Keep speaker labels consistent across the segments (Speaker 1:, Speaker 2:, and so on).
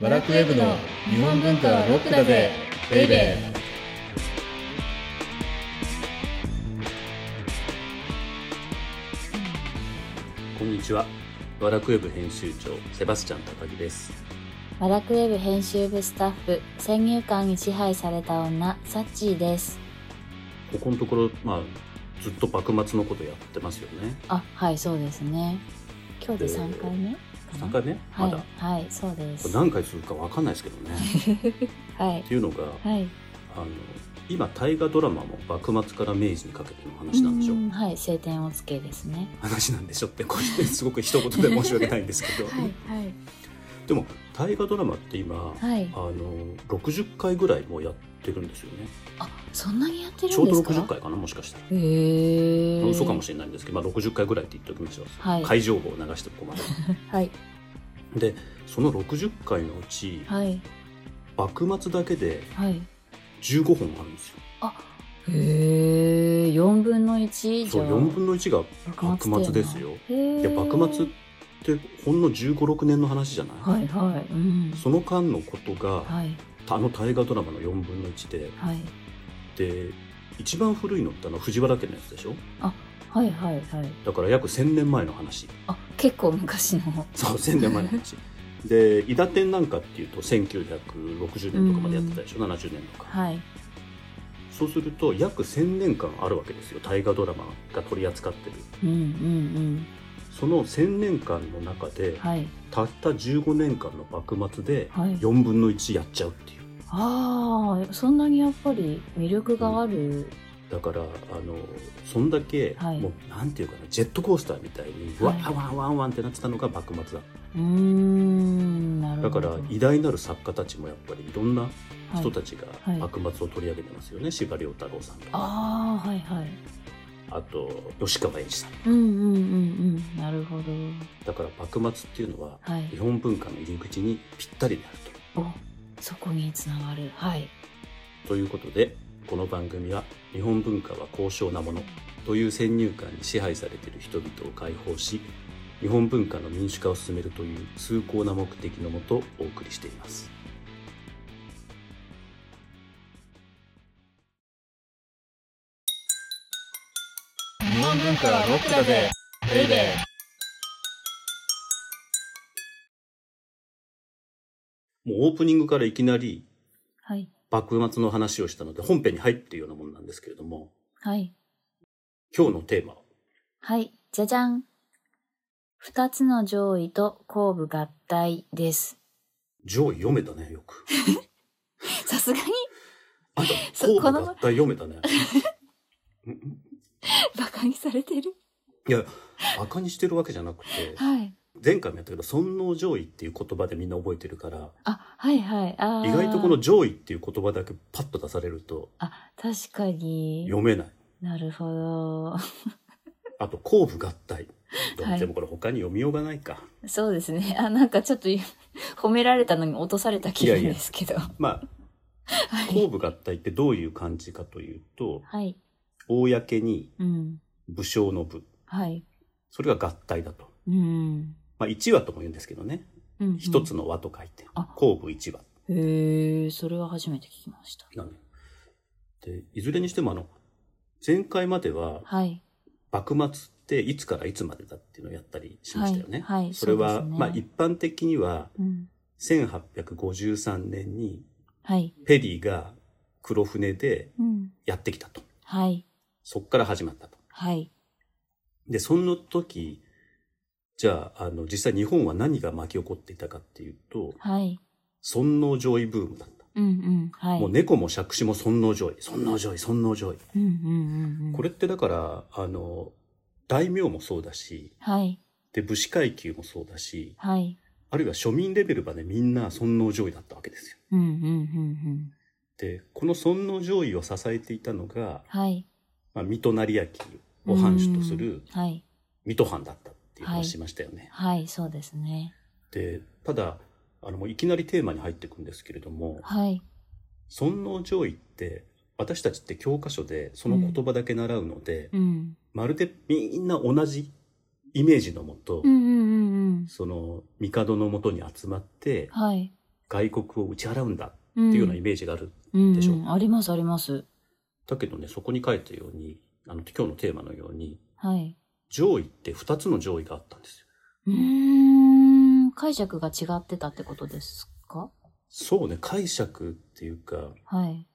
Speaker 1: バラクウェブの日本文化はロックだぜベイベー
Speaker 2: こんにちは。ワラクウェブ編集長、セバスチャン高木です。
Speaker 3: ワラクウェブ編集部スタッフ、先入観に支配された女、サッチーです。
Speaker 2: ここのところ、まあ、ずっと幕末のことやってますよね。
Speaker 3: あ、はい、そうですね。今日で3回目かな
Speaker 2: なんかね、
Speaker 3: は
Speaker 2: ま
Speaker 3: い、
Speaker 2: だ。
Speaker 3: はい、そうで
Speaker 2: これ
Speaker 3: す。は
Speaker 2: 何回するかわかんないですけど ね。
Speaker 3: い
Speaker 2: っ、ていうのが、
Speaker 3: はい。
Speaker 2: あの、今、大河ドラマも幕末から明治にかけての話なんでしょ
Speaker 3: う
Speaker 2: う。
Speaker 3: んはい、晴天をつけですね。
Speaker 2: 話なんでしょって、これ、すごく一言で申し訳ないんですけど。
Speaker 3: はい、はい、
Speaker 2: でも、大河ドラマって今、
Speaker 3: はい
Speaker 2: あ。の、60回ぐらいもうやってるんですよね。
Speaker 3: あ、そんなにやって
Speaker 2: ち
Speaker 3: る
Speaker 2: ょう
Speaker 3: んで
Speaker 2: ど
Speaker 3: すか。
Speaker 2: 60回かな、もしかしたら。
Speaker 3: ええー。
Speaker 2: 嘘かもしれないんですけど、まあ、60回ぐらいって言っておきましょう。
Speaker 3: はい、はい、
Speaker 2: 会場部を流しておこまで。
Speaker 3: はい、
Speaker 2: でその60回のうち、
Speaker 3: はい。
Speaker 2: 幕末だけで15本あるんですよ
Speaker 3: へえ、4分の1以上。
Speaker 2: そう4分の1が幕末ですよいや幕末ってほんの1 5 6年の話じゃない、
Speaker 3: はいはい、うん、
Speaker 2: その間のことが、
Speaker 3: はい
Speaker 2: あの大河ドラマの4分の1で
Speaker 3: はい
Speaker 2: で一番古いのってあの藤原家のやつでしょ
Speaker 3: はいはいはい
Speaker 2: だから約1000年前の話
Speaker 3: あ結構昔の
Speaker 2: そう1000年前の 話で伊達天なんかっていうと1960年とかまでやってたでしょ、70年とか、
Speaker 3: はい
Speaker 2: そうすると約1000年間あるわけですよ大河ドラマが取り扱ってる
Speaker 3: うんうん
Speaker 2: その1000年間の中で
Speaker 3: うんはい
Speaker 2: たった15年間の幕末で
Speaker 3: はい
Speaker 2: 4分の1やっちゃうっていう
Speaker 3: ああそんなにやっぱり魅力がある、
Speaker 2: だからあのそんだけ、
Speaker 3: はい
Speaker 2: もうなんていうかなジェットコースターみたいに
Speaker 3: は
Speaker 2: ワ
Speaker 3: い
Speaker 2: ンワンワンワンってなってたのが幕末だ
Speaker 3: うーんなる
Speaker 2: だ
Speaker 3: ほ
Speaker 2: か
Speaker 3: ど
Speaker 2: ら偉大なる作家たちもやっぱりいろんな人
Speaker 3: はい、
Speaker 2: たちが
Speaker 3: はい
Speaker 2: 幕末を取り上げてますよね、司馬遼太郎さんとか
Speaker 3: ああはいはい
Speaker 2: あと吉川英治さん
Speaker 3: うんうんうんうんなるほど
Speaker 2: だから幕末っていうのは
Speaker 3: はい
Speaker 2: 日本文化の入り口にぴったりであると
Speaker 3: おそこにつながるはい
Speaker 2: ということでこの番組は日本文化は高尚なものという先入観に支配されている人々を解放し日本文化の民主化を進めるという崇高な目的のもとお送りしています
Speaker 1: 日本文化はロックだぜベイベ
Speaker 2: もうオープニングからいきなり
Speaker 3: はい
Speaker 2: 幕末の話をしたので本編に入っているようなものなんですけれども
Speaker 3: はい
Speaker 2: 今日のテーマは
Speaker 3: はいじゃじゃん二つの上位と後部合体です
Speaker 2: 上位読めたねよく
Speaker 3: さすがに
Speaker 2: あんた
Speaker 3: そ
Speaker 2: 後部だ
Speaker 3: この
Speaker 2: った読めたね うんうん
Speaker 3: バカにされてる
Speaker 2: いやバカにしてるわけじゃなくて
Speaker 3: はい
Speaker 2: 前回もやったけど尊王攘夷っていう言葉でみんな覚えてるから
Speaker 3: あはいはいあー
Speaker 2: 意外とこの「上位」っていう言葉だけパッと出されると
Speaker 3: あ確かに
Speaker 2: 読めない
Speaker 3: なるほど
Speaker 2: あと「後部合体」ど
Speaker 3: は
Speaker 2: う
Speaker 3: い
Speaker 2: でもこれ他に読みようがないか、
Speaker 3: そうですねあなんかちょっと 褒められたのに落とされた気分
Speaker 2: いやいや
Speaker 3: ですけど
Speaker 2: まあ「後部合体」ってどういう感じかというと
Speaker 3: はい
Speaker 2: 公に
Speaker 3: うん
Speaker 2: 武将の部
Speaker 3: はい
Speaker 2: それが合体だと、
Speaker 3: うん
Speaker 2: まあ、一話とも言うんですけどね
Speaker 3: うんうん
Speaker 2: 一つの和と書いて
Speaker 3: あ
Speaker 2: 「後部一話
Speaker 3: へえそれは初めて聞きました」
Speaker 2: なのでいずれにしてもあの前回までは
Speaker 3: はい
Speaker 2: 幕末っていつからいつまでだっていうのをやったりしましたよね。
Speaker 3: はいはい
Speaker 2: それは
Speaker 3: そうですね
Speaker 2: まあ一般的には
Speaker 3: うん
Speaker 2: 1853年に
Speaker 3: はい
Speaker 2: ペリーが黒船で
Speaker 3: うん
Speaker 2: やってきたと。
Speaker 3: はい
Speaker 2: そっから始まったと。
Speaker 3: はい
Speaker 2: で、その時、じゃあ、あの、実際日本は何が巻き起こっていたかっていうと、
Speaker 3: はい
Speaker 2: 尊王攘夷ブームだった。
Speaker 3: うんうんはい
Speaker 2: もう猫も杓子も尊王攘夷、尊王攘夷、尊王攘夷。
Speaker 3: うんうんうんうん
Speaker 2: これってだから、あの、大名もそうだし、
Speaker 3: はい
Speaker 2: で、武士階級もそうだし、
Speaker 3: はい
Speaker 2: あるいは庶民レベルまでみんな尊王攘夷だったわけですよ。
Speaker 3: うんうんうんうん
Speaker 2: で、この尊王攘夷を支えていたのが、
Speaker 3: はい
Speaker 2: まあ、水戸成明を藩主とす
Speaker 3: う
Speaker 2: る
Speaker 3: んはい
Speaker 2: 水戸藩だったっていう話しましたよね。
Speaker 3: はいそうですね
Speaker 2: で、ただ、あの、もういきなりテーマに入っていくんですけれども、
Speaker 3: はい
Speaker 2: 尊王攘夷って、私たちって教科書でその言葉だけ習うので、
Speaker 3: うん
Speaker 2: まるでみんな同じイメージのもと、
Speaker 3: うんうんうんうん
Speaker 2: その、帝のもとに集まって、
Speaker 3: はい
Speaker 2: 外国を打ち払うんだ
Speaker 3: て
Speaker 2: っていうようなイメージがある。
Speaker 3: うん
Speaker 2: でしょ
Speaker 3: うんうんありますあります。
Speaker 2: だけどね、そこに書いたように、あの、今日のテーマのように、
Speaker 3: はい。
Speaker 2: 上位って2つの上位があったんですよ。
Speaker 3: うーん、解釈が違ってたってことですか
Speaker 2: そうね、解釈っていうか、
Speaker 3: はい。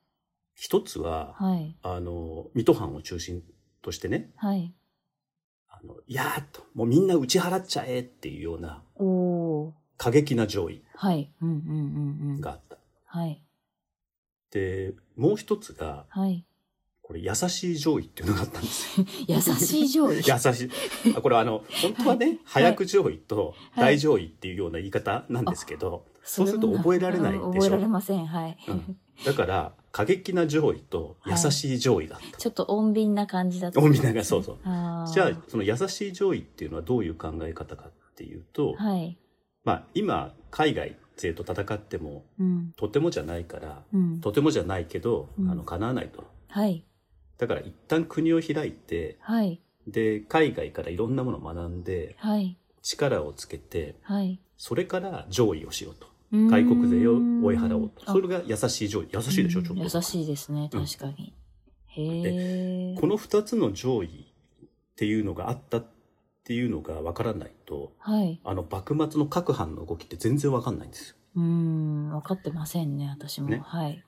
Speaker 2: 一つは、
Speaker 3: はい。
Speaker 2: あの、水戸藩を中心としてね、
Speaker 3: はい。
Speaker 2: あの、いやーっと、もうみんな打ち払っちゃえっていうような
Speaker 3: おお
Speaker 2: 過激な上位
Speaker 3: ー。はい。うんうんうんうん。
Speaker 2: があった。
Speaker 3: はい。
Speaker 2: で、もう一つが、
Speaker 3: はい。
Speaker 2: これ優しい上位っていうのがあったんですよ。
Speaker 3: 優しい上位。
Speaker 2: 優しい。あこれはあの、本当はね、早く上位と大上位っていうような言い方なんですけど、そうすると覚えられないでしょ
Speaker 3: 覚えられません。はい。
Speaker 2: うんだから、過激な上位と優しい上位だった。
Speaker 3: ちょっと穏便な感じだった。
Speaker 2: みんながそうそう。
Speaker 3: あー
Speaker 2: じゃあ、その優しい上位っていうのはどういう考え方かっていうと、
Speaker 3: はい。
Speaker 2: まあ、今、海外勢と戦っても、
Speaker 3: うん。
Speaker 2: とてもじゃないから、
Speaker 3: うん。
Speaker 2: とてもじゃないけど、
Speaker 3: うん
Speaker 2: あの、叶わないと。
Speaker 3: はい。
Speaker 2: だから、一旦国を開いて、
Speaker 3: はい。
Speaker 2: で、海外からいろんなものを学んで、
Speaker 3: はい。
Speaker 2: 力をつけて、
Speaker 3: はい。
Speaker 2: それから上位をしようと。
Speaker 3: うーん
Speaker 2: 外国勢を追い払おうと。
Speaker 3: あ
Speaker 2: それが優しい上位。優しいでしょ、ちょっと。
Speaker 3: 優しいですね、
Speaker 2: うん
Speaker 3: 確かに。へえ。
Speaker 2: この2つの上位っていうのがあったっていうのがわからないと、
Speaker 3: はい。
Speaker 2: あの幕末の各藩の動きって全然わかんないんですよ。
Speaker 3: うーん、分かってませんね、私も。
Speaker 2: ね
Speaker 3: はい。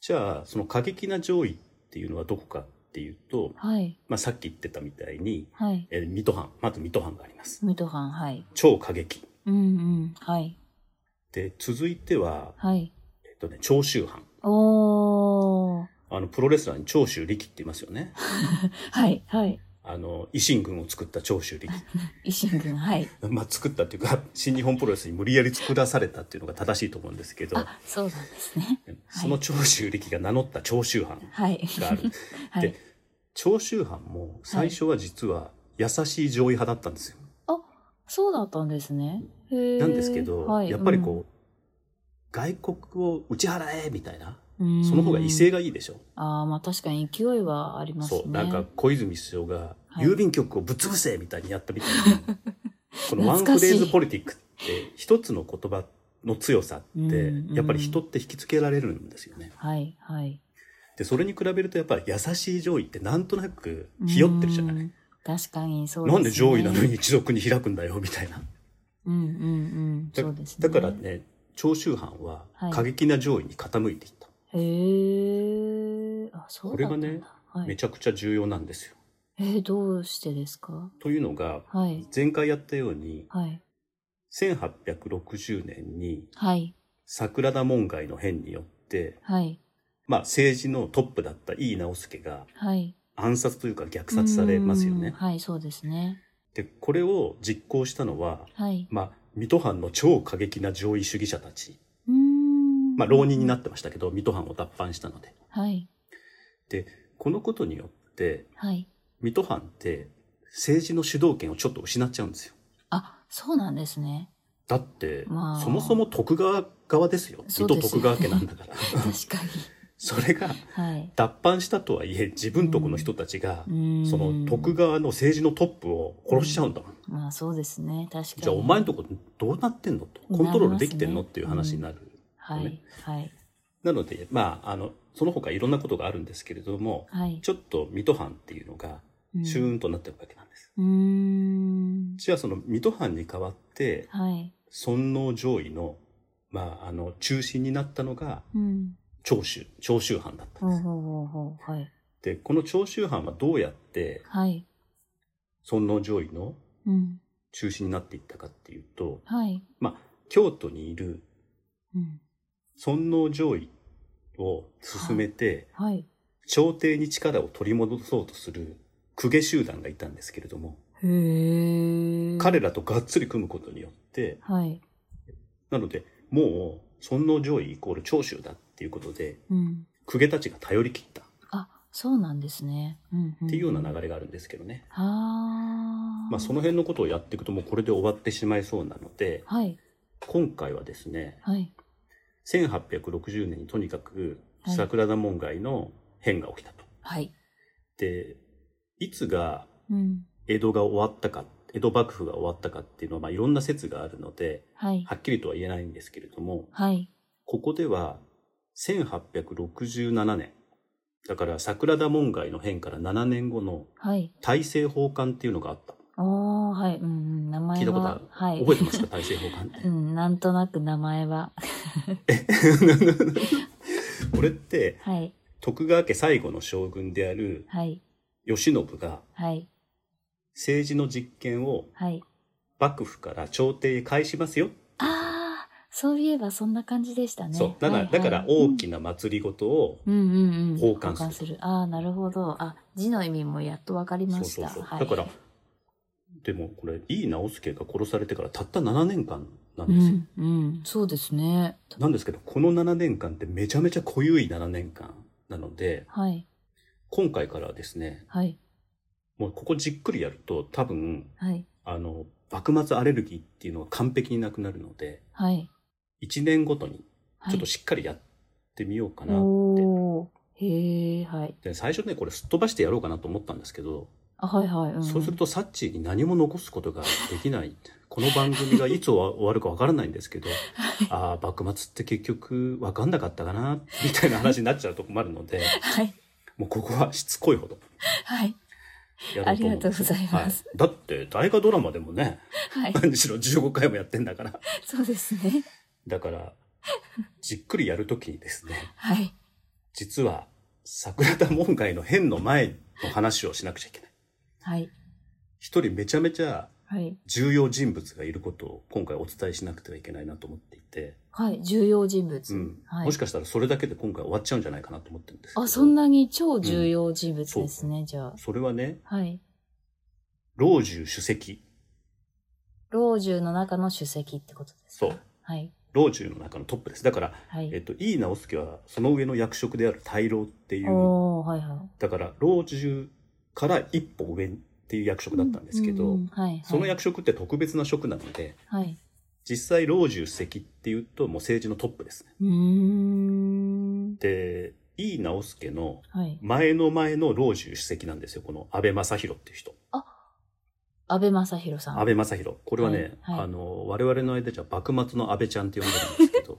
Speaker 2: じゃあ、その過激な上位っていうのはどこかっていうと、
Speaker 3: はい。
Speaker 2: まあ、さっき言ってたみたいに、
Speaker 3: はい。
Speaker 2: えー水戸藩、まず水戸藩があります。
Speaker 3: 水戸藩、はい。
Speaker 2: 超過激。
Speaker 3: うんうん。はい。
Speaker 2: で、続いては、
Speaker 3: はい。
Speaker 2: えっとね、長州藩。
Speaker 3: おー。
Speaker 2: あの、プロレスラーに長州力って言いますよね。
Speaker 3: はい。はい。
Speaker 2: あの、維新軍を作った長州力。
Speaker 3: 維新軍、はい。
Speaker 2: まあ、作ったっていうか、新日本プロレスに無理やり作らされたっていうのが正しいと思うんですけど、
Speaker 3: あ、そうなんですね。
Speaker 2: その長州力が名乗った長州藩
Speaker 3: はい。
Speaker 2: がある。
Speaker 3: はい
Speaker 2: で。長州藩も最初は実は優しい上位派だったんですよ。
Speaker 3: そうだったんですね。へえ。
Speaker 2: なんですけど、
Speaker 3: はい
Speaker 2: やっぱりこう、外国を打ち払えみたいな、
Speaker 3: うん、うん
Speaker 2: その方が威勢がいいでしょ。
Speaker 3: ああ、まあ確かに勢いはありますね。
Speaker 2: そう、なんか小泉首相が
Speaker 3: はい
Speaker 2: 郵便局をぶっ潰せみたいにやったみたいな、 このワンフレ
Speaker 3: 懐かしい
Speaker 2: ーズポリティックって一つの言葉の強さ
Speaker 3: う
Speaker 2: っ
Speaker 3: ん
Speaker 2: て
Speaker 3: うん
Speaker 2: やっぱり人って引きつけられるんですよね。
Speaker 3: はい、はい。
Speaker 2: で、それに比べるとやっぱり優しい上位ってなんとなくひよってるじゃない。
Speaker 3: うん確かにそう
Speaker 2: なんで上位なのに一族に開くんだよみたいな。
Speaker 3: うんうんうん。
Speaker 2: だ
Speaker 3: そうですね。
Speaker 2: だからね、長州藩は
Speaker 3: はい
Speaker 2: 過激な上位に傾いていった。
Speaker 3: へえ。あ、そうだったんだ
Speaker 2: これがね、
Speaker 3: はい、
Speaker 2: めちゃくちゃ重要なんですよ。
Speaker 3: えー、どうしてですか
Speaker 2: というのが、
Speaker 3: はい。
Speaker 2: 前回やったように、
Speaker 3: はい。
Speaker 2: 1860年に
Speaker 3: はい。
Speaker 2: 桜田門外の変によって、
Speaker 3: はい。
Speaker 2: まあ政治のトップだった井伊直弼が
Speaker 3: はい。
Speaker 2: 暗殺というか虐殺されますよ
Speaker 3: うん
Speaker 2: ね。
Speaker 3: はい、そうですね。
Speaker 2: で、これを実行したのは、
Speaker 3: はい。
Speaker 2: まあ、水戸藩の超過激な上位主義者たち。
Speaker 3: うーん。
Speaker 2: まあ、浪人になってましたけど、水戸藩を脱藩したので。
Speaker 3: はい。
Speaker 2: このことによって、
Speaker 3: はい。
Speaker 2: 水戸藩って政治の主導権をちょっと失っちゃうんですよ。
Speaker 3: あ、そうなんですね。
Speaker 2: だって、
Speaker 3: まあ
Speaker 2: そもそも徳川側ですよ。水
Speaker 3: そう
Speaker 2: 戸
Speaker 3: です
Speaker 2: 徳川家なんだ から。
Speaker 3: 確かに。
Speaker 2: それが
Speaker 3: はい。
Speaker 2: 脱藩したとはいえ、自分とこの人たちが
Speaker 3: う、ーん。
Speaker 2: その徳川の政治のトップを殺しちゃうんだもん。
Speaker 3: まあそうですね。確かに。
Speaker 2: じゃあお前んとこどうなってんのと。コントロールできてんのっていう話になる。
Speaker 3: はい。はい。
Speaker 2: なので、まあ、あの、その他いろんなことがあるんですけれども、
Speaker 3: はい。
Speaker 2: ちょっと水戸藩っていうのが、
Speaker 3: うん
Speaker 2: シューンとなってるわけなんです。
Speaker 3: うーん。
Speaker 2: じゃあその水戸藩に代わって、
Speaker 3: はい。
Speaker 2: 尊王攘夷の、まあ、あの、中心になったのが、
Speaker 3: うん。
Speaker 2: 長州、長州藩だったん
Speaker 3: ほう
Speaker 2: です。
Speaker 3: ほうほうほう。はい。
Speaker 2: で、この長州藩はどうやって、
Speaker 3: はい。
Speaker 2: 尊王攘夷の
Speaker 3: うん。
Speaker 2: 中心になっていったかっていうと、
Speaker 3: はい。
Speaker 2: まあ、京都にいる
Speaker 3: うん。
Speaker 2: 尊王攘夷を進めて、
Speaker 3: はい。
Speaker 2: 朝廷に力を取り戻そうとする公家集団がいたんですけれども、
Speaker 3: へー。
Speaker 2: 彼らとがっつり組むことによって、
Speaker 3: はい。
Speaker 2: なので、もう、尊王攘夷イコール長州だっていうことで、
Speaker 3: うん。
Speaker 2: 公家たちが頼り切った。
Speaker 3: あ、そうなんですね。うん、うん。
Speaker 2: っていうような
Speaker 3: れ。
Speaker 2: 流れがあるんですけどね。
Speaker 3: あー。
Speaker 2: まあその辺のことをやっていくともうこれで終わってしまいそうなので、
Speaker 3: はい。
Speaker 2: 今回はですね、
Speaker 3: はい。
Speaker 2: 1860年にとにかく
Speaker 3: はい
Speaker 2: 桜田門外の変が起きたと。
Speaker 3: はい。
Speaker 2: で、いつが
Speaker 3: うん。
Speaker 2: 江戸が終わったかっ江戸幕府が終わったかっていうのは、まあ、いろんな説があるので、
Speaker 3: はい。
Speaker 2: はっきりとは言えないんですけれども、
Speaker 3: はい。
Speaker 2: ここでは1867年、だから桜田門外の変から7年後の
Speaker 3: はい。
Speaker 2: 大政奉還っていうのがあった。
Speaker 3: おー、はい。うんうん、名
Speaker 2: 聞
Speaker 3: 前は。
Speaker 2: いたことある
Speaker 3: はい。
Speaker 2: 覚えてますか大政奉還
Speaker 3: う
Speaker 2: っ
Speaker 3: ん、なんとなく名前は。
Speaker 2: て。 これって
Speaker 3: はい。
Speaker 2: 徳川家最後の将軍である
Speaker 3: はい。
Speaker 2: 慶喜が
Speaker 3: はい。
Speaker 2: 政治の実権を
Speaker 3: はい。
Speaker 2: 幕府から朝廷へ返しますよ。
Speaker 3: あー、そういえばそんな感じでしたね。
Speaker 2: そう。だから、
Speaker 3: はいはい
Speaker 2: だから大きな祭りごとを、
Speaker 3: うんうんうん。
Speaker 2: 交換する
Speaker 3: ああ、なるほど。あ、字の意味もやっとわかりました。
Speaker 2: そうそうそう。
Speaker 3: はい、
Speaker 2: だから、でもこれ、井伊直弼が殺されてからたった7年間なんですよ。
Speaker 3: うん、うん、そうですね。
Speaker 2: なんですけど、この7年間ってめちゃめちゃ濃ゆい7年間なので、
Speaker 3: はい、
Speaker 2: 今回からはですね、
Speaker 3: はい、
Speaker 2: もうここじっくりやると多分、
Speaker 3: はい、
Speaker 2: あの、幕末アレルギーっていうのが完璧になくなるので、
Speaker 3: はい。
Speaker 2: 1年ごとに
Speaker 3: はい
Speaker 2: ちょっとしっかりやってみようかなって。
Speaker 3: おー、へえ、はい。
Speaker 2: で最初ね、これすっ飛ばしてやろうかなと思ったんですけど、
Speaker 3: あ、はい、はい。ん
Speaker 2: そうするとサッチーに何も残すことができない。この番組がいつ終わるかわからないんですけど、ああ、幕末って結局わかんなかったかな、みたいな話になっちゃうと困るので、
Speaker 3: はい、
Speaker 2: もうここはしつこいほど
Speaker 3: はい、
Speaker 2: やろ
Speaker 3: あ
Speaker 2: うと
Speaker 3: り
Speaker 2: 思
Speaker 3: がとうございます。
Speaker 2: はい、だって大河ドラマでもね
Speaker 3: はい、
Speaker 2: 何しろ15回もやってんだから
Speaker 3: そうですね。
Speaker 2: だからじっくりやるときにですね
Speaker 3: はい。
Speaker 2: 実は桜田門外の変の前の話をしなくちゃいけない
Speaker 3: はい、
Speaker 2: 一人めちゃめちゃ
Speaker 3: はい、
Speaker 2: 重要人物がいることを今回お伝えしなくてはいけないなと思っていて、
Speaker 3: はい、重要人物。
Speaker 2: うん
Speaker 3: はい
Speaker 2: もし。かしたらそれだけで今回終わっちゃうんじゃないかなと思ってるんですけど
Speaker 3: あ、そんなに超重要人物ですね、じゃあ。
Speaker 2: それはね
Speaker 3: はい。
Speaker 2: 老中主席
Speaker 3: 老中の中の主席ってことですか
Speaker 2: そう。
Speaker 3: はい、
Speaker 2: 老中の中のトップですだから、
Speaker 3: はい。
Speaker 2: えっと、井伊直弼はその上の役職である大老っていう
Speaker 3: おー、はい、はい。
Speaker 2: だから老中から一歩上っていう役職だったんですけど、
Speaker 3: うんうんはいはい、
Speaker 2: その役職って特別な職なので
Speaker 3: はい。
Speaker 2: 実際老中主席っていうともう政治のトップですね。
Speaker 3: うーん。
Speaker 2: で井伊直弼の
Speaker 3: はい。
Speaker 2: 前の前の老中主席なんですよこの安倍正弘っていう人
Speaker 3: 安倍正弘さん。
Speaker 2: 安倍正弘これはね、
Speaker 3: はいはい
Speaker 2: あの我々の間じゃ幕末の安倍ちゃんって呼んでるんですけど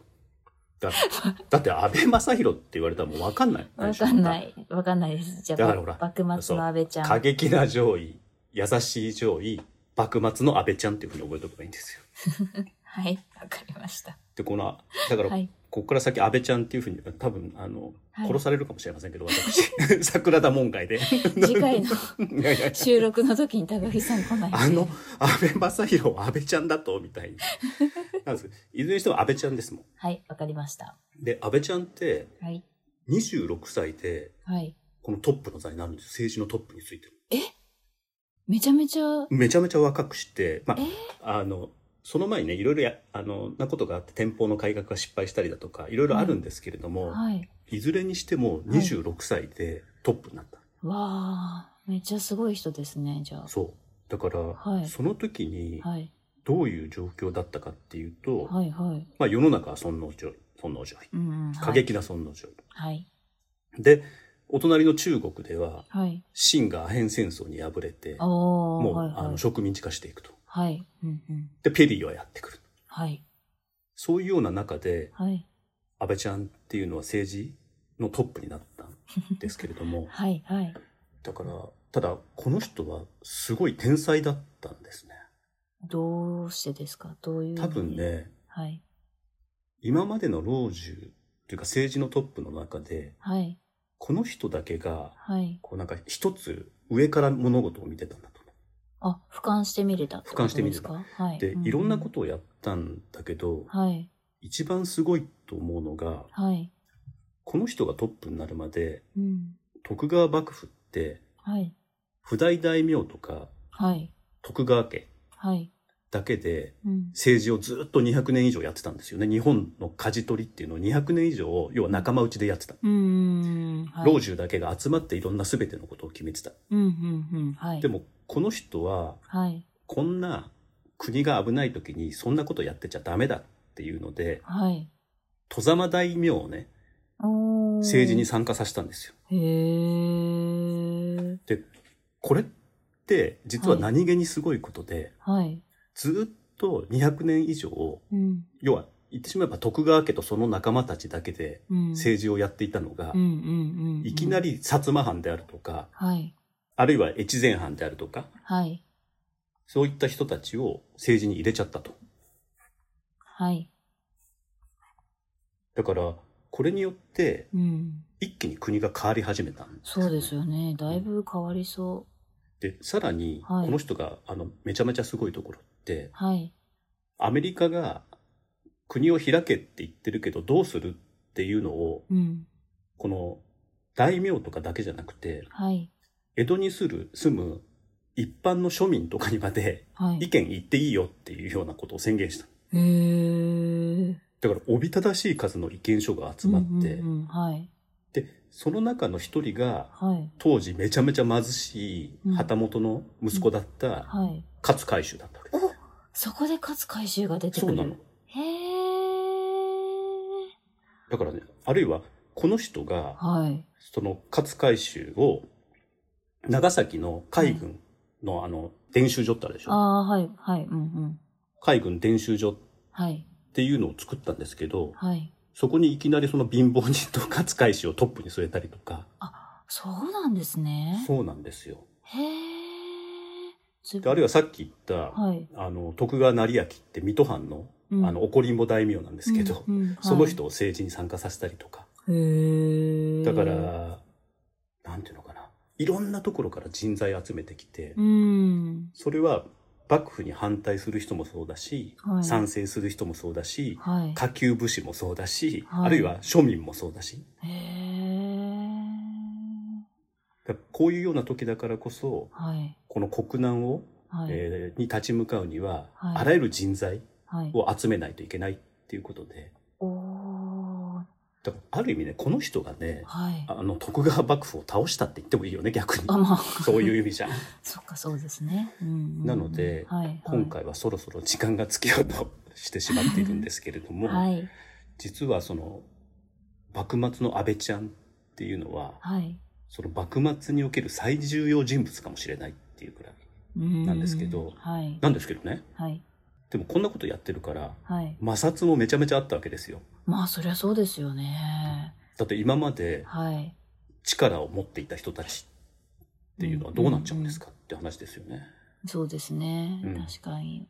Speaker 2: だ だって安倍正弘って言われたらもう分かんない
Speaker 3: わかんないい。わかんないです。じゃあ、
Speaker 2: だからほら
Speaker 3: 幕末の安倍ちゃん。
Speaker 2: 過激な上位優しい上位幕末の安倍ちゃんっていうふうに覚えておけばいいんですよ
Speaker 3: はい。わかりました。
Speaker 2: でこのだから、
Speaker 3: はい。
Speaker 2: ここから先安倍ちゃんっていうふうに多分あの、
Speaker 3: はい
Speaker 2: 殺されるかもしれませんけど私 桜田門外で
Speaker 3: 次回の
Speaker 2: いやいやいや
Speaker 3: 収録の時に高木さん来ないで
Speaker 2: あの、安倍正弘は安倍ちゃんだとみたいになんですけどいずれにしても安倍ちゃんですも
Speaker 3: はい。わかりました。
Speaker 2: んで安倍ちゃんって
Speaker 3: はい。
Speaker 2: 26歳で
Speaker 3: はい。
Speaker 2: このトップの座になるんです政治のトップについて
Speaker 3: めちゃめちゃ、
Speaker 2: めちゃめちゃ若くしてまあ
Speaker 3: えー
Speaker 2: あのその前にねいろいろやあのなことがあって店舗の改革が失敗したりだとかいろいろあるんですけれども、
Speaker 3: はい。
Speaker 2: いずれにしても26歳でトップになった、
Speaker 3: わー。めっちゃすごい人ですね、じゃ
Speaker 2: そうだから、
Speaker 3: はい
Speaker 2: その時に
Speaker 3: あ。はい。
Speaker 2: どういう状況だったかっていうと、
Speaker 3: はい、はい。
Speaker 2: まあ、世の中は尊王攘夷尊王攘夷
Speaker 3: うん、うん。
Speaker 2: 過激な尊王攘夷、
Speaker 3: はい。
Speaker 2: でお隣の中国では
Speaker 3: はい。はい。
Speaker 2: 清がアヘン戦争に敗れても
Speaker 3: お
Speaker 2: う、
Speaker 3: ー。はい、
Speaker 2: あ
Speaker 3: は
Speaker 2: の
Speaker 3: い。
Speaker 2: 植民地化していくと
Speaker 3: はい。うん、うん。
Speaker 2: でペリーはやってくる
Speaker 3: はい。
Speaker 2: そういうような中で
Speaker 3: はい。
Speaker 2: 安倍ちゃんっていうのは政治のトップになったんですけれど も
Speaker 3: はい、はい。
Speaker 2: だからただこの人はすごい天才だったんですね
Speaker 3: どうしてですかどういう。
Speaker 2: 多分。ね
Speaker 3: はい。
Speaker 2: 今までの老中というか政治のトップの中で
Speaker 3: はい。
Speaker 2: この人だけが
Speaker 3: はい。
Speaker 2: こうなんか一つ上から物事を見てたんだと思
Speaker 3: あ、俯瞰してみれたってことですか。
Speaker 2: 俯瞰してみれた
Speaker 3: は
Speaker 2: う
Speaker 3: い。。
Speaker 2: でいろんなこととをやったんだけど
Speaker 3: はい。
Speaker 2: 一番すごいと思うのが
Speaker 3: はい。
Speaker 2: この人がトップになるまで
Speaker 3: うん。
Speaker 2: 徳川幕府って
Speaker 3: はい。
Speaker 2: 不代大名とか
Speaker 3: はい。
Speaker 2: 徳川家
Speaker 3: はい。
Speaker 2: だけで
Speaker 3: うん。
Speaker 2: 政治をずっと200年以上やってたんですよね日本の舵取りっていうのを200年以上要は仲間内でやってた、
Speaker 3: うーん。はい
Speaker 2: 老。中だけが集まっていろんな全てのことを決めてた、
Speaker 3: うん、うん、うん。はい。
Speaker 2: で。もこの人は
Speaker 3: はい。
Speaker 2: こんな国が危ない時にそんなことやってちゃダメだっていうので
Speaker 3: はい。
Speaker 2: 戸様大名をね
Speaker 3: おー
Speaker 2: 政治に。参加させたんですよ
Speaker 3: へー。
Speaker 2: これっって実は何気にすごいことで、
Speaker 4: はい。
Speaker 2: ずっと200年以上
Speaker 4: うん。
Speaker 2: 要は言ってしまえば徳川家とその仲間たちだけで
Speaker 4: うん。
Speaker 2: 政治をやっていたのが、
Speaker 4: うんうんうんうん。
Speaker 2: いきな。り薩摩藩であるとか
Speaker 4: はい。
Speaker 2: あるいは越前藩であるとか
Speaker 4: はい。
Speaker 2: そういった人たちを政治に入れちゃったと。
Speaker 4: はい。
Speaker 2: だからこれによって
Speaker 4: うん。
Speaker 2: 一気に国が変わり始めたん
Speaker 4: そうです
Speaker 2: よ。
Speaker 4: よね。だいぶ変わりそ
Speaker 2: でさらに
Speaker 4: はい
Speaker 2: この人が、あのめちゃめちゃすごいところって
Speaker 4: う。はい。
Speaker 2: アメリカが国を開けって言ってるけどどうするっていうのを
Speaker 4: うん。
Speaker 2: この大名とかだけじゃなくて
Speaker 4: はい。
Speaker 2: 江戸に住む住む一般の庶民とかにまで
Speaker 4: は
Speaker 2: 意
Speaker 4: い。
Speaker 2: 見言っていいよっていうようなことを宣言した
Speaker 4: へえ。
Speaker 2: だからおびただしい数の意見書が集まって、
Speaker 4: うんうんうんはい。
Speaker 2: でその中の一人が
Speaker 4: はい。
Speaker 2: 当時めちゃめちゃ貧しい旗本の息子だった
Speaker 4: はい。
Speaker 2: 勝海舟だったわけです、
Speaker 4: そこで勝回収が出てく
Speaker 2: そう
Speaker 4: る。
Speaker 2: なの
Speaker 4: へえ。
Speaker 2: だからねあるいはこの人が
Speaker 4: はい。
Speaker 2: その勝海舟を長崎の海軍の、あの練習所ってあるでし
Speaker 4: あ
Speaker 2: ょ
Speaker 4: あ、はい。はい。うんうん。
Speaker 2: 海軍練習所っ
Speaker 4: はい。
Speaker 2: ていうのを作ったんですけど
Speaker 4: はい。
Speaker 2: そこにいきなりその貧乏人と勝海舟をトップに据えたりとか
Speaker 4: そうなんですね。
Speaker 2: そうなんですよ
Speaker 4: へえ。す
Speaker 2: であるいはさっき言った、
Speaker 4: はい。
Speaker 2: あの徳川成明って水戸藩の,、
Speaker 4: うん
Speaker 2: あの怒りんぼ大名なんですけど、
Speaker 4: うんうん
Speaker 2: その人を政治に参加させたりとか、
Speaker 4: はいへえ。
Speaker 2: だから、なんていうのかないろんなところから人材集めてきて、
Speaker 4: うん。
Speaker 2: それは幕府に反対する人もそうだし、
Speaker 4: はい
Speaker 2: 賛成する人もそうだし、
Speaker 4: はい。
Speaker 2: 下級武士もそうだし、
Speaker 4: はい
Speaker 2: あるいは庶民もそうだし
Speaker 4: へえ。
Speaker 2: だからこういうような時だからこそ
Speaker 4: はい。
Speaker 2: この国難を、
Speaker 4: はい。
Speaker 2: えーに立ち向かうには、
Speaker 4: はい
Speaker 2: あらゆる人材
Speaker 4: はい。
Speaker 2: を集めないといけないっていうことで
Speaker 4: おおー。
Speaker 2: だからある意味ねこの人がね
Speaker 4: はい。
Speaker 2: あの徳川幕府を倒したって言ってもいいよね逆に
Speaker 4: あ、まあ、
Speaker 2: そういう意 味じゃん
Speaker 4: そっか、そうですね。うんうんうん
Speaker 2: なので
Speaker 4: はいはい、
Speaker 2: 今回はそろそろ時間が尽きようとしてしまっているんですけれども、
Speaker 4: はい。
Speaker 2: 実はその幕末の安倍ちゃんっていうのは
Speaker 4: はい。
Speaker 2: その幕末における最重要人物かもしれないっていうくらい
Speaker 4: な
Speaker 2: なんですけど
Speaker 4: はい。
Speaker 2: なんですけどね
Speaker 4: はい。
Speaker 2: でもこんなことやってるから
Speaker 4: はい。
Speaker 2: 摩擦もめちゃめちゃあったわけですよ
Speaker 4: まあ、そりゃそうですよね。
Speaker 2: だって今まで
Speaker 4: はい。
Speaker 2: 力を持っていた人たちっていうのはどうなっちゃうんですかって話ですよね
Speaker 4: そうですね
Speaker 2: うん。
Speaker 4: 確かに。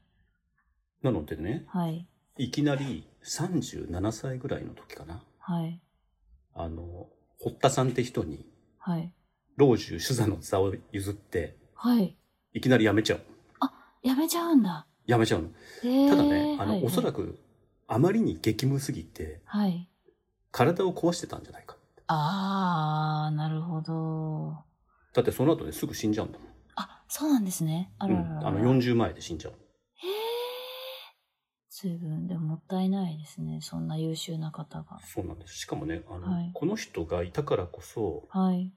Speaker 2: なのでね
Speaker 4: はい。
Speaker 2: いきなり37歳ぐらいの時かな
Speaker 4: はい。
Speaker 2: あの堀田さんって人に
Speaker 4: はい。
Speaker 2: 老中主座の座を譲って
Speaker 4: はい。
Speaker 2: いきなり辞めちゃう
Speaker 4: やめちゃうんだ。
Speaker 2: 辞めちゃうの
Speaker 4: へー
Speaker 2: ただね、あの、
Speaker 4: はい
Speaker 2: おそらく、あまりに激務すぎて、
Speaker 4: はい。
Speaker 2: 体を壊してたんじゃないか。
Speaker 4: あー、なるほど。
Speaker 2: だってその後ですぐ死んじゃうんだもん。
Speaker 4: あ、そうなんですね。あらららら。
Speaker 2: うん、あの40前で死んじゃう。
Speaker 4: へー。随分でももったいないですね。そんな優秀な方が。
Speaker 2: そうなんです。しかもね、あの、
Speaker 4: はい
Speaker 2: この人がいたからこそ、
Speaker 4: はい。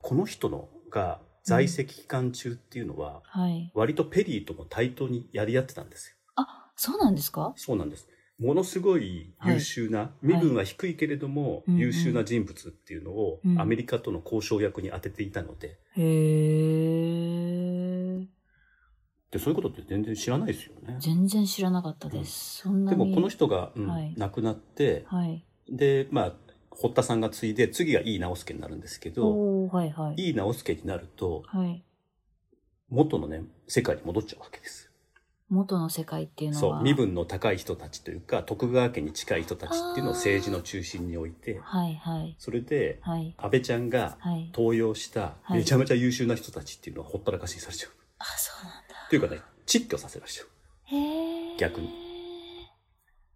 Speaker 2: この人のが在籍期間中っていうのは、
Speaker 4: はい。
Speaker 2: 割とペリーとも対等にやり合ってたんですよ。
Speaker 4: あ、そうなんですか
Speaker 2: そうなんです。ものすごい優秀な、身分は低いけれども、
Speaker 4: うんうん
Speaker 2: 優秀な人物っていうのを、
Speaker 4: うん
Speaker 2: アメリカとの交渉役に当てていたので、
Speaker 4: へー。
Speaker 2: でそういうことって全然知らないですよね。
Speaker 4: 全然知らなかったです。そんな
Speaker 2: で
Speaker 4: に。
Speaker 2: もこの人が、うん
Speaker 4: はい
Speaker 2: 亡くなって、
Speaker 4: はい。
Speaker 2: でまあ堀田さんが継いで次が井伊直輔になるんですけど
Speaker 4: おおはいはい。
Speaker 2: 井伊直輔になると
Speaker 4: はい。
Speaker 2: 元のね世界に戻っちゃうわけです
Speaker 4: 元の世界っていうのは。
Speaker 2: そう身分の高い人たちというか徳川家に近い人たちっていうのを政治の中心に置いて
Speaker 4: はいはい。
Speaker 2: それで
Speaker 4: はい。
Speaker 2: 安倍ちゃんが
Speaker 4: はい。
Speaker 2: 登用した
Speaker 4: はい
Speaker 2: めちゃめちゃ優秀な人たちっていうのはほったらかしにされちゃう、
Speaker 4: あ、そうなんだ。
Speaker 2: っていうかね窒居させられちゃう
Speaker 4: へえ。
Speaker 2: 逆に。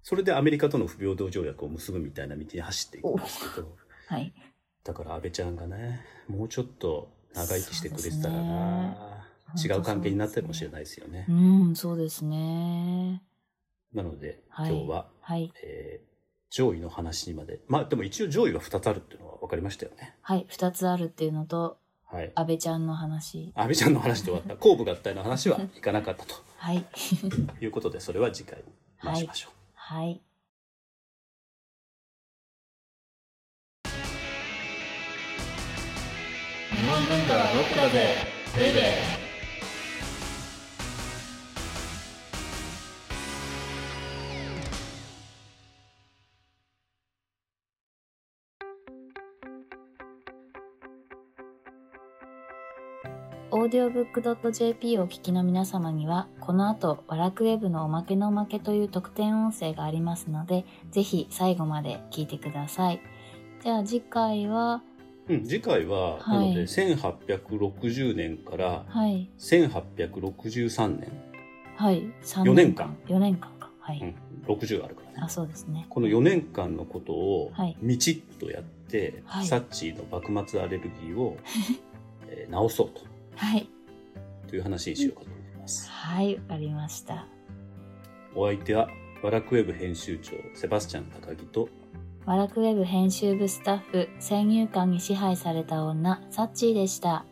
Speaker 2: それでアメリカとの不平等条約を結ぶみたいな道に走っていくんですけど
Speaker 4: はい。
Speaker 2: だから安倍ちゃんがねもうちょっと長生きしてくれてたらな、
Speaker 4: そうです
Speaker 2: 違
Speaker 4: ね
Speaker 2: う関係になってるかもしれないですよね
Speaker 4: う。ん、そうですね。
Speaker 2: なので、
Speaker 4: はい
Speaker 2: 今日は、
Speaker 4: はい。
Speaker 2: えー上位の話にまでまあでも一応上位は2つあるっていうのは分かりましたよね。
Speaker 4: はい。二つあるっていうのと、
Speaker 2: はい
Speaker 4: 安倍ちゃんの話。
Speaker 2: 安倍ちゃんの話で終わった後部合体の話はいかなかったと
Speaker 4: はい。
Speaker 2: いうことでそれは次回回しましょう。
Speaker 4: はい。
Speaker 1: 日本文化はロックだぜベイベー
Speaker 3: audiobook.jp をお聞きの皆様には、この後、ワラクウェブのおまけのおまけという特典音声がありますので、ぜひ最後まで聞いてください。じゃあ次回は、
Speaker 2: うん、次回は、
Speaker 3: はい
Speaker 2: なので1860年から
Speaker 3: はい、
Speaker 2: 1863年、
Speaker 3: はい、3
Speaker 2: 四年間。
Speaker 3: 4年間か。はい。
Speaker 2: うん、60あるからね
Speaker 3: あ、そうですね。
Speaker 2: この4年間のことを
Speaker 3: はい
Speaker 2: みちっとやって、
Speaker 3: はい
Speaker 2: サッチーの幕末アレルギー を、えー直そうと
Speaker 3: はい。
Speaker 2: という話にしようかと思います。
Speaker 3: はい、わかりました。
Speaker 2: お相手はワラクウェブ編集長セバスチャン高木と
Speaker 3: ワラクウェブ編集部スタッフ、先入観に支配された女、サッチーでした。